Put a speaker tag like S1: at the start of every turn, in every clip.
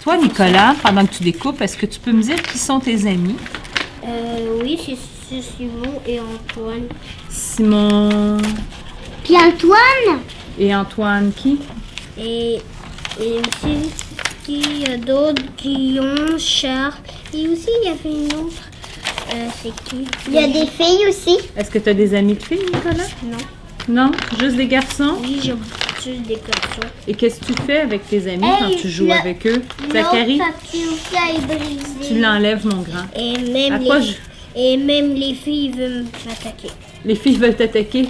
S1: Toi, Nicolas, pendant que tu découpes, est-ce que tu peux me dire qui sont tes amis?
S2: Euh, oui, c'est- c'est Simon et Antoine.
S1: Simon
S3: Puis Antoine,
S1: et Antoine qui?
S2: Et, et aussi, il y a d'autres, Guillaume, Charles. Et aussi, il y avait une autre. Euh, c'est qui
S3: il y a des filles aussi.
S1: Est-ce que tu as des amis de filles, Nicolas?
S2: Non.
S1: Non? Juste des garçons?
S2: Oui, j'ai juste des garçons.
S1: Et qu'est-ce que tu fais avec tes amis
S3: Hey,
S1: quand tu joues
S3: le-
S1: avec eux?
S3: L'autre
S1: Zachary,
S3: papier aussi a est brisé.
S1: tu l'enlèves, mon grand.
S2: Et même,
S1: À
S2: les,
S1: quoi je-
S2: et même les filles veulent m'attaquer.
S1: Les filles veulent t'attaquer.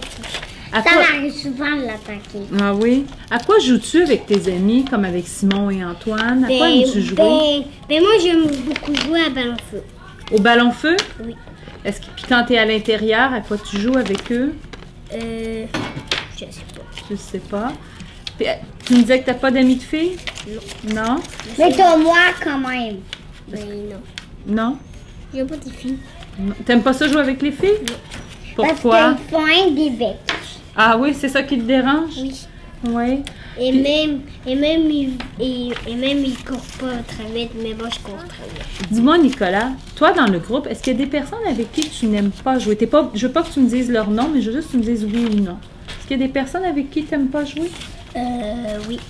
S1: À
S3: Ça
S1: quoi...
S3: m'arrive souvent de l'attaquer.
S1: Ah oui? À quoi joues-tu avec tes amis, comme avec Simon et Antoine? À quoi aimes-tu jouer?
S2: ben, ben, moi, j'aime beaucoup jouer à ballon feu.
S1: Au ballon-feu?
S2: Oui.
S1: Est-ce que puis quand t'es à l'intérieur, à quoi tu joues avec eux?
S2: Euh, je sais pas.
S1: Je sais pas. Puis, euh, tu me disais que t'as pas d'amis de filles? Non. Non?
S3: Mais t'as moi quand même.
S2: Ben non.
S1: Non?
S2: J'ai pas des filles.
S1: Non. T'aimes pas ça jouer avec les filles?
S3: Parce
S1: Pourquoi?
S3: qu'ils font un des becs.
S1: Ah oui, c'est ça qui te dérange?
S2: Oui.
S1: Oui.
S2: Et même, et même, il, et, et même, il court pas très vite, mais moi, je cours très vite.
S1: Dis-moi, Nicolas, toi, dans le groupe, est-ce qu'il y a des personnes avec qui tu n'aimes pas jouer? T'es pas, je veux pas que tu me dises leur nom, mais je veux juste que tu me dises oui ou non. Est-ce qu'il y a des personnes avec qui t'aimes pas jouer?
S2: Euh, oui.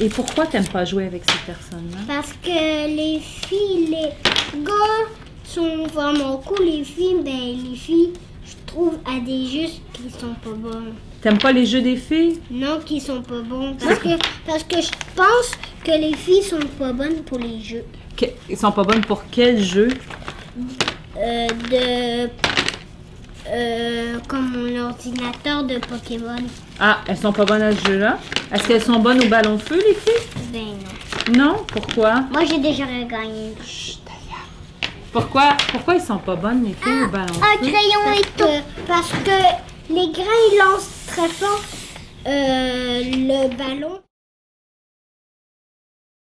S1: Et pourquoi t'aimes pas jouer avec ces personnes-là?
S2: Parce que les filles, les gars sont vraiment cool. Les filles, ben, les filles, je trouve à des jeux qui sont pas bons.
S1: T'aimes pas les jeux des filles?
S2: Non, qui sont pas bons. Parce que, parce que je pense que les filles sont pas bonnes pour les jeux.
S1: Que- Ils sont pas bonnes pour quel jeu?
S2: Euh, de. euh, comme mon ordinateur de Pokémon.
S1: Ah, elles sont pas bonnes à ce jeu-là. Est-ce qu'elles sont bonnes au ballon-feu, les filles?
S2: Ben non.
S1: Non? Pourquoi?
S3: Moi, j'ai déjà gagné.
S1: Pourquoi, pourquoi ils sont pas bonnes, les filles, au
S3: Un
S1: ballon-feu?
S3: crayon et tout.
S2: Euh, parce que les grains ils lancent très fort euh, le ballon.